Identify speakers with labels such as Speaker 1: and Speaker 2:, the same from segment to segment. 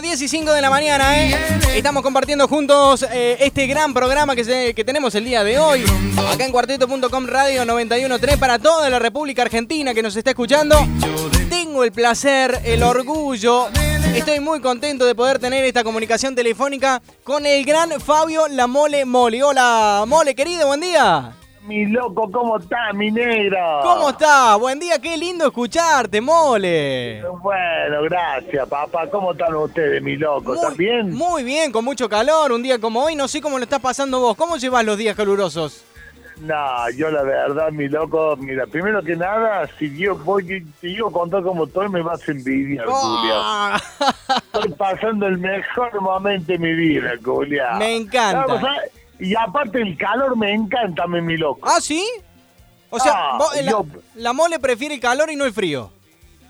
Speaker 1: 10 y 5 de la mañana, ¿eh? Estamos compartiendo juntos eh, este gran programa que, se- que tenemos el día de hoy. Acá en cuarteto.com radio 913 para toda la República Argentina que nos está escuchando. Tengo el placer, el orgullo. Estoy muy contento de poder tener esta comunicación telefónica con el gran Fabio La Mole Mole. Hola, Mole, querido, buen día.
Speaker 2: Mi loco, ¿cómo estás, mi negro?
Speaker 1: ¿Cómo estás? Buen día, qué lindo escucharte, Mole.
Speaker 2: Bueno, gracias, papá. ¿Cómo están ustedes, mi loco? ¿Están bien?
Speaker 1: Muy bien, con mucho calor, un día como hoy. No sé cómo lo estás pasando vos. ¿Cómo llevas los días calurosos?
Speaker 2: No, yo la verdad, mi loco, mira, primero que nada, si yo voy, si yo contar como estoy, me vas a envidiar, Julia.
Speaker 1: ¡Ah!
Speaker 2: Estoy pasando el mejor momento de mi vida, Julia.
Speaker 1: Me encanta.
Speaker 2: Claro, ¿sabes? y aparte el calor me encanta, mi, mi loco.
Speaker 1: ¿Ah, sí? O sea,
Speaker 2: Ah,
Speaker 1: vos- eh, la,
Speaker 2: yo-
Speaker 1: la mole prefiere el calor y no el frío.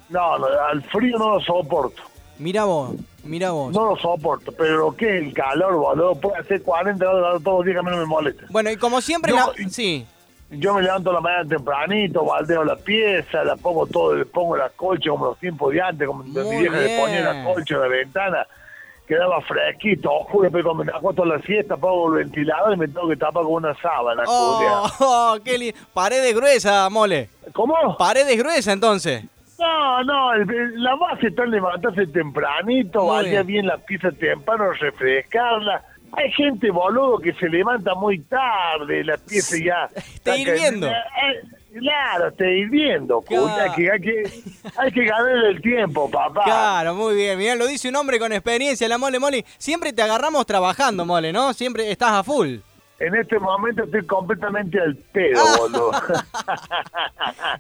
Speaker 2: No, no, al frío no lo soporto.
Speaker 1: Mira vos, mira vos.
Speaker 2: No lo soporto, pero ¿qué? El calor, boludo. Puede hacer 40 grados todos los días que a mí no me molesta.
Speaker 1: Bueno, y como siempre,
Speaker 2: No,
Speaker 1: la- sí.
Speaker 2: Yo me levanto a la mañana tempranito, baldeo la pieza, la pongo todo, le pongo las colchas como los tiempos de antes, como
Speaker 1: Muy
Speaker 2: mi vieja le ponía
Speaker 1: bien.
Speaker 2: la colcha en la ventana, quedaba fresquito, oscuro, pero cuando me acuesto a la siesta, pongo el ventilador y me tengo que tapar con una sábana.
Speaker 1: Oh,
Speaker 2: culia.
Speaker 1: qué lindo. Paredes gruesas, mole.
Speaker 2: ¿Cómo?
Speaker 1: Paredes gruesas, entonces.
Speaker 2: No, no, el- el- la base está en levantarse tempranito,
Speaker 1: Muy
Speaker 2: vaya
Speaker 1: bien.
Speaker 2: bien. la pieza temprano, refrescarla. Hay gente, boludo, que se levanta muy tarde, la pieza ya...
Speaker 1: Está
Speaker 2: está
Speaker 1: hirviendo.
Speaker 2: ca- eh, Claro, está hirviendo,
Speaker 1: Claro.
Speaker 2: cuña, que hay, que hay que ganar el tiempo, papá.
Speaker 1: Claro, muy bien. Mirá, lo dice un hombre con experiencia, la mole, mole. Siempre te agarramos trabajando, mole, ¿no? Siempre estás a full.
Speaker 2: En este momento estoy completamente al pedo,
Speaker 1: Ah.
Speaker 2: boludo.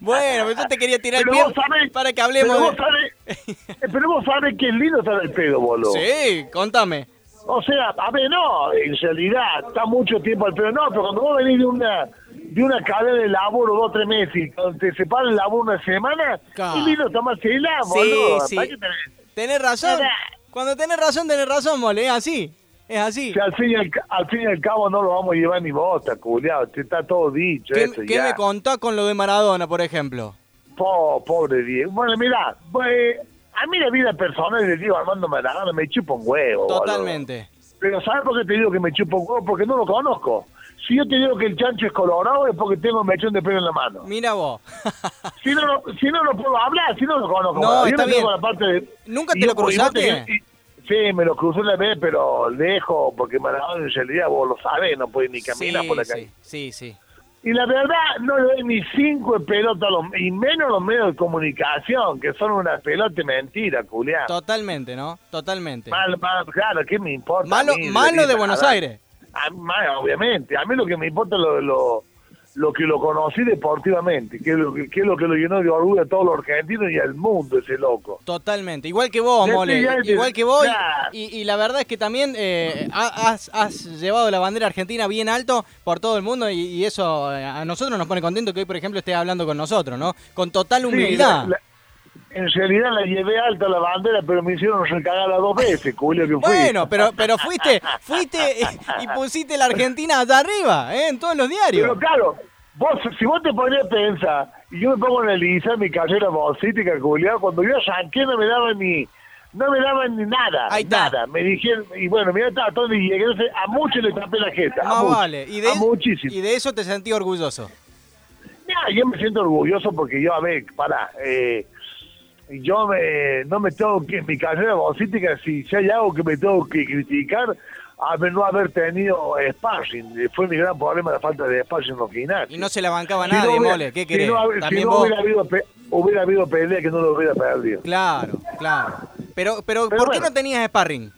Speaker 1: Bueno, pero yo te quería tirar
Speaker 2: Pero
Speaker 1: el pie
Speaker 2: vos sabés-
Speaker 1: para que hablemos
Speaker 2: Pero vos
Speaker 1: de-
Speaker 2: sabés, eh, pero vos sabés que es lindo estar al pedo, boludo.
Speaker 1: Sí, contame.
Speaker 2: O sea, a ver, no, en realidad está mucho tiempo al pero no, pero cuando vos venís de una de una cadena de laburo dos tres meses y cuando te separa el laburo una semana,
Speaker 1: Claro.
Speaker 2: qué lindo tomar celá,
Speaker 1: Sí,
Speaker 2: boludo.
Speaker 1: sí.
Speaker 2: ¿Para qué tenés?
Speaker 1: Tenés razón.
Speaker 2: Pará.
Speaker 1: Cuando tenés razón, tenés razón, mole. Es así. Es así.
Speaker 2: Si al fin, y al, ca- al fin y al cabo no lo vamos a llevar ni bota, culiao, te está todo dicho
Speaker 1: ¿Qué,
Speaker 2: eso
Speaker 1: qué
Speaker 2: ya.
Speaker 1: me contás con lo de Maradona, por ejemplo?
Speaker 2: Po- pobre Diego. Bueno, mirá, pues, a mí la vida personal de Diego Armando Maradona me chupa un huevo, boludo.
Speaker 1: Totalmente.
Speaker 2: Pero ¿sabes por qué te digo que me chupa un huevo? Porque no lo conozco. Si yo te digo que el chancho es colorado es porque tengo un mechón de pelo en la mano.
Speaker 1: Mira vos.
Speaker 2: Si no, lo- si no lo puedo hablar, si no lo conozco.
Speaker 1: No,
Speaker 2: Yo
Speaker 1: está
Speaker 2: tengo
Speaker 1: bien.
Speaker 2: la parte de-
Speaker 1: ¿Nunca te
Speaker 2: y-
Speaker 1: lo
Speaker 2: y vos tenés-
Speaker 1: cruzaste?
Speaker 2: y- Sí, me lo crucé una vez, pero lejos, porque Maradona en realidad vos lo sabés, no puede ni caminar
Speaker 1: sí,
Speaker 2: por la calle.
Speaker 1: sí, sí, sí.
Speaker 2: Y la verdad, no le doy ni cinco de pelota, a los, y menos a los medios de comunicación, que son una pelota de mentira, culiá.
Speaker 1: Totalmente, ¿no? Totalmente.
Speaker 2: Mal, mal, claro, ¿qué me importa? a
Speaker 1: Malo,
Speaker 2: mí?
Speaker 1: malo de
Speaker 2: Maradona.
Speaker 1: Buenos Aires.
Speaker 2: A mí, Ah, más, obviamente. A mí lo que me importa es lo, lo, lo que lo conocí deportivamente, que es lo que, que es lo que lo llenó de orgullo a todos los argentinos y al mundo, ese loco.
Speaker 1: Totalmente, igual que vos,
Speaker 2: Ya
Speaker 1: Mole,
Speaker 2: estoy, ya estoy.
Speaker 1: igual que vos. y-
Speaker 2: Ya.
Speaker 1: Y, y la verdad es que también eh, ha- has, has llevado la bandera argentina bien alto por todo el mundo y, y eso eh, a nosotros nos pone contento que hoy, por ejemplo, estés hablando con nosotros, ¿no? Con total humildad.
Speaker 2: Sí, la- la- en realidad la llevé alta la bandera, pero me hicieron recagarla dos veces, Julio, que fui.
Speaker 1: Bueno, pero, pero fuiste fuiste y pusiste la Argentina allá arriba, ¿eh? en todos los diarios.
Speaker 2: Pero claro, vos, si vos te podrías pensar, y yo me pongo a analizar mi carrera bolsística, culiao, cuando yo arranqué no me daban ni, no me daban ni nada,
Speaker 1: Ahí está.
Speaker 2: nada. Me dijeron, y bueno, mira, estaba todo y llegué, entonces, a muchos le tapé la jeta. a
Speaker 1: Más
Speaker 2: muchos,
Speaker 1: vale. Y de,
Speaker 2: a muchísimos.
Speaker 1: y de eso te sentí orgulloso.
Speaker 2: Nah, yo me siento orgulloso porque yo, a ver, para, eh, yo me, no me tengo que, en mi carrera bolsística, si, si hay algo que me tengo que criticar, a ver, no haber tenido sparring, fue mi gran problema la falta de sparring en los gimnasios.
Speaker 1: Y no se la bancaba
Speaker 2: Si no
Speaker 1: nadie,
Speaker 2: hubiera-
Speaker 1: Mole. ¿Qué
Speaker 2: si
Speaker 1: querés?
Speaker 2: no hab- si
Speaker 1: También
Speaker 2: no
Speaker 1: vos.
Speaker 2: hubiera, habido pe- hubiera habido pelea que no lo hubiera perdido.
Speaker 1: Claro, claro. Pero, pero,
Speaker 2: Pero
Speaker 1: ¿por qué
Speaker 2: bueno.
Speaker 1: no tenías sparring?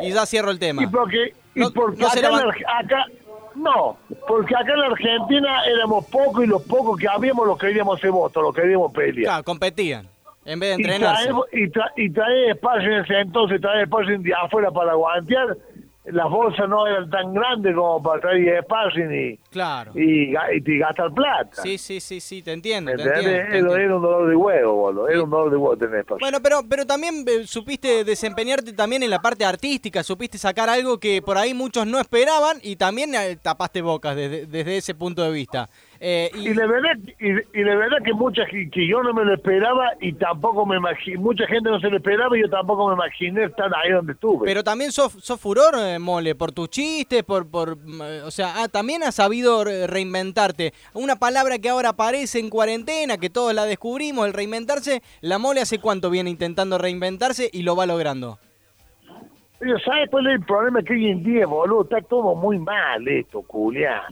Speaker 1: Y ya cierro el tema.
Speaker 2: Y porque, y
Speaker 1: No-
Speaker 2: porque
Speaker 1: no se
Speaker 2: acá,
Speaker 1: la
Speaker 2: en
Speaker 1: ban-
Speaker 2: Arge- acá- no, porque acá en la Argentina éramos pocos y los pocos que habíamos los queríamos hacer votos, los queríamos pelear.
Speaker 1: Claro, competían. En vez de
Speaker 2: Y
Speaker 1: entrenarse.
Speaker 2: traer, y, tra- y traer espacio en ese entonces, traer espacio de afuera para guantear, las bolsas no eran tan grandes como para traer espacio y,
Speaker 1: Claro.
Speaker 2: y, ga- y te gastar plata.
Speaker 1: Sí, sí, sí, sí, te entiendo. Te
Speaker 2: ¿Entendés?
Speaker 1: entiendo, te
Speaker 2: Era-
Speaker 1: entiendo.
Speaker 2: Era un dolor de huevo, boludo. Era un dolor de huevo tener esto.
Speaker 1: Bueno, pero, pero también eh, supiste desempeñarte también en la parte artística, supiste sacar algo que por ahí muchos no esperaban y también eh, tapaste bocas desde, desde ese punto de vista. Eh, y-
Speaker 2: Y la verdad, y, y la verdad que mucha gen- que yo no me lo esperaba y tampoco me imaginé, mucha gente no se lo esperaba y yo tampoco me imaginé estar ahí donde estuve.
Speaker 1: pero también sos, sos furor, eh, Mole, por tus chistes, por, por mm, eh, o sea, ah, también has sabido re- reinventarte. Una palabra que ahora aparece en cuarentena, que todos la descubrimos, el reinventarse, la Mole hace cuánto viene intentando reinventarse y lo va logrando.
Speaker 2: Pero, ¿sabes cuál es el problema que hoy en día, boludo? Está todo muy mal esto, culiá.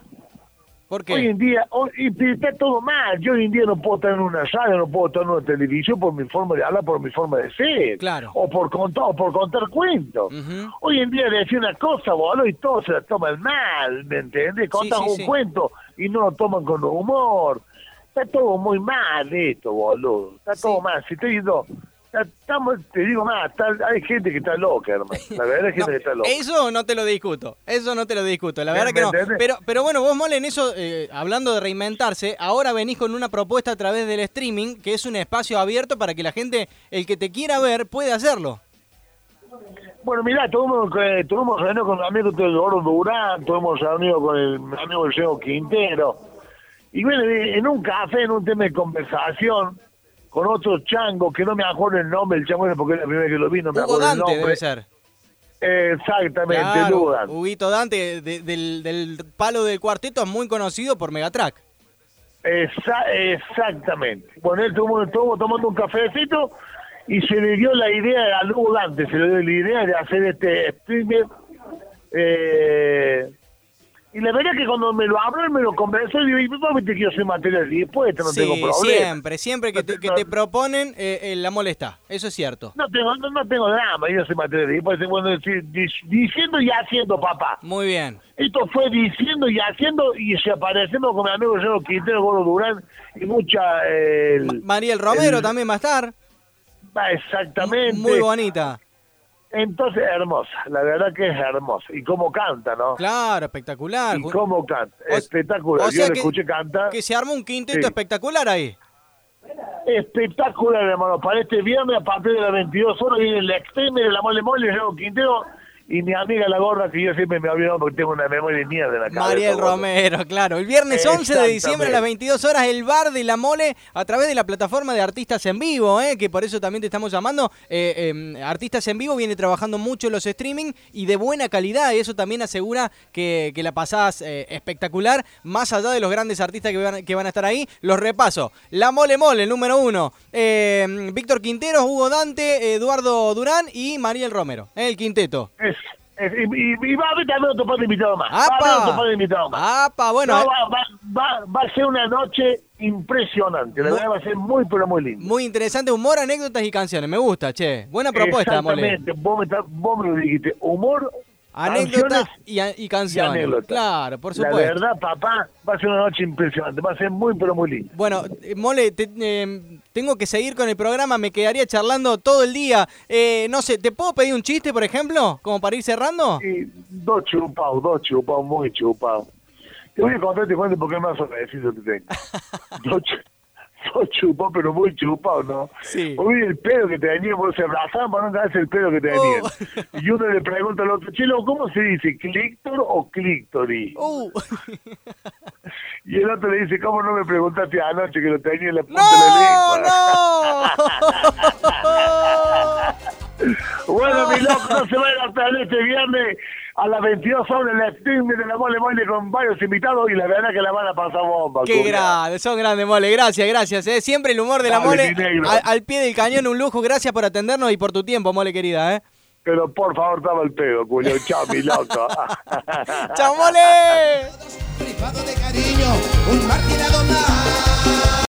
Speaker 1: ¿Por
Speaker 2: Hoy
Speaker 1: qué?
Speaker 2: en día, hoy- y está todo mal. Yo hoy en día no puedo estar en una sala, no puedo estar en una televisión por mi forma de hablar, por mi forma de ser.
Speaker 1: Claro.
Speaker 2: O por contar, o por contar cuentos.
Speaker 1: Ujú.
Speaker 2: Hoy en día decir una cosa, boludo, y todos se la toman mal, ¿me entiendes? Contan
Speaker 1: sí,
Speaker 2: un
Speaker 1: sí.
Speaker 2: cuento y no lo toman con humor. Está todo muy mal esto, boludo. Está todo mal. Si estoy diciendo, está- estamos, te digo más, está- hay gente que está loca, hermano. La verdad es gente
Speaker 1: No,
Speaker 2: que está loca.
Speaker 1: eso no te lo discuto, eso no te lo discuto, la
Speaker 2: ¿Me
Speaker 1: verdad que no.
Speaker 2: entendés?
Speaker 1: Pero, pero bueno, vos Mole, en eso, eh, hablando de reinventarse, ahora venís con una propuesta a través del streaming, que es un espacio abierto para que la gente, el que te quiera ver, puede hacerlo.
Speaker 2: Bueno, mirá, tuvimos, eh, tuvimos reunión con el amigo del Oro Durán, tuvimos reunido con el amigo del Seo Quintero. Y bueno, eh, en un café, en un tema de conversación, con otro chango, que no me acuerdo el nombre, el chango era porque es la primera vez que lo vi, no me
Speaker 1: Hugo
Speaker 2: acuerdo el
Speaker 1: Dante
Speaker 2: nombre.
Speaker 1: debe ser.
Speaker 2: Exactamente,
Speaker 1: Claro,
Speaker 2: Dudan.
Speaker 1: Huguito Dante, de- del, del palo del cuarteto, es muy conocido por Megatrack.
Speaker 2: Esa- exactamente. Bueno, él estuvo, estuvo tomando un cafecito y se le dio la idea a Lugo Dante, se le dio la idea de hacer este streamer. Eh, y la verdad que cuando me lo habló, él me lo convenció y digo, y papá, viste que yo soy material dispuesto, no
Speaker 1: sí,
Speaker 2: tengo problema.
Speaker 1: siempre, siempre que
Speaker 2: No
Speaker 1: te, que
Speaker 2: tengo-
Speaker 1: te proponen, eh, eh, la molesta, eso es cierto.
Speaker 2: No tengo, no, no tengo drama, yo soy material dispuesto. Bueno, decir, dic- diciendo y haciendo, papá.
Speaker 1: Muy bien.
Speaker 2: Esto fue diciendo y haciendo y se aparecemos con mi amigo Yo Quintero, Gordo Durán y mucha... eh, el-
Speaker 1: Mariel Romero
Speaker 2: el-
Speaker 1: también va a estar.
Speaker 2: Ah, Exactamente.
Speaker 1: Muy bonita.
Speaker 2: Entonces, hermosa, la verdad que es hermosa. Y cómo canta, ¿no?
Speaker 1: Claro, espectacular.
Speaker 2: Y cómo canta,
Speaker 1: O-
Speaker 2: espectacular.
Speaker 1: o sea
Speaker 2: Yo le
Speaker 1: que-
Speaker 2: escuché cantar.
Speaker 1: Que se arma un quinteto
Speaker 2: Sí.
Speaker 1: espectacular ahí.
Speaker 2: Espectacular, hermano. Para este viernes, a partir de las 22 horas, viene el extender, la mole mole, yo Quintero y mi amiga la gorda, que yo siempre me olvidado porque tengo una memoria de mierda en la cabeza.
Speaker 1: Mariel
Speaker 2: boludo.
Speaker 1: Romero, claro. El viernes 11 de diciembre a las
Speaker 2: Exactamente.
Speaker 1: 22 horas, el bar de la mole a través de la plataforma de Artistas en Vivo, ¿eh? que por eso también te estamos llamando. Eh, eh, Artistas en Vivo viene trabajando mucho en los streaming y de buena calidad, y eso también asegura que, que la pasás eh, espectacular, más allá de los grandes artistas que van, que van a estar ahí. Los repaso. La mole mole, el número uno. Eh, Víctor Quintero, Hugo Dante, Eduardo Durán y Mariel Romero. ¿eh? El quinteto.
Speaker 2: Es- es- y, y- y va a haber también otro par de invitados más. Va a haber otro par de invitados más.
Speaker 1: ¡Apa! ¡Apa! Bueno,
Speaker 2: No,
Speaker 1: eh,
Speaker 2: va, va- va- va a ser una noche impresionante. La
Speaker 1: Muy-
Speaker 2: verdad va a ser muy, pero muy linda.
Speaker 1: muy interesante. Humor, anécdotas y canciones. Me gusta, che. Buena propuesta, Mole.
Speaker 2: Exactamente, vos me, estás- vos me lo dijiste, humor,
Speaker 1: Anécdotas
Speaker 2: canciones
Speaker 1: y, a- y
Speaker 2: y
Speaker 1: canciones.
Speaker 2: anécdotas.
Speaker 1: Claro, por supuesto.
Speaker 2: La verdad, papá, va a ser una noche impresionante, va a ser muy, pero muy linda.
Speaker 1: Bueno, eh, Mole, te- eh, tengo que seguir con el programa. Me quedaría charlando todo el día. Eh, no sé, ¿te puedo pedir un chiste, por ejemplo? Como para ir cerrando.
Speaker 2: Y dos chupados, dos chupados, muy chupados. Te voy a contar, te cuento porque es más agradecido que tengo. dos, chu- dos chupados, pero muy chupados, ¿no?
Speaker 1: Sí.
Speaker 2: Uy, el pelo que tenía, vos se abrazaban para no darse el pelo que tenía.
Speaker 1: Oh.
Speaker 2: Y uno le pregunta al otro, chelo, ¿cómo se dice? ¿Clictor o clictory?
Speaker 1: Uh.
Speaker 2: Y el otro le dice, ¿cómo no me preguntaste anoche que lo tenía en la punta de la
Speaker 1: ¡No!
Speaker 2: lengua?
Speaker 1: ¡No!
Speaker 2: Bueno, mi loco, no se vayan a perder este viernes a las 22 horas en la stream de la mole mole con varios invitados y la verdad que la van a pasar bomba.
Speaker 1: Qué
Speaker 2: cumbia.
Speaker 1: grande, son grandes, Mole. Gracias, gracias. ¿eh? Siempre el humor de la
Speaker 2: Dale,
Speaker 1: Mole
Speaker 2: mi negro.
Speaker 1: al, al pie del cañón, un lujo. Gracias por atendernos y por tu tiempo, Mole querida. ¿eh?
Speaker 2: Pero por favor, toma el pedo, Julio. Chao, mi loco.
Speaker 1: ¡Chao, Mole!
Speaker 3: privado de cariño, un martirado más.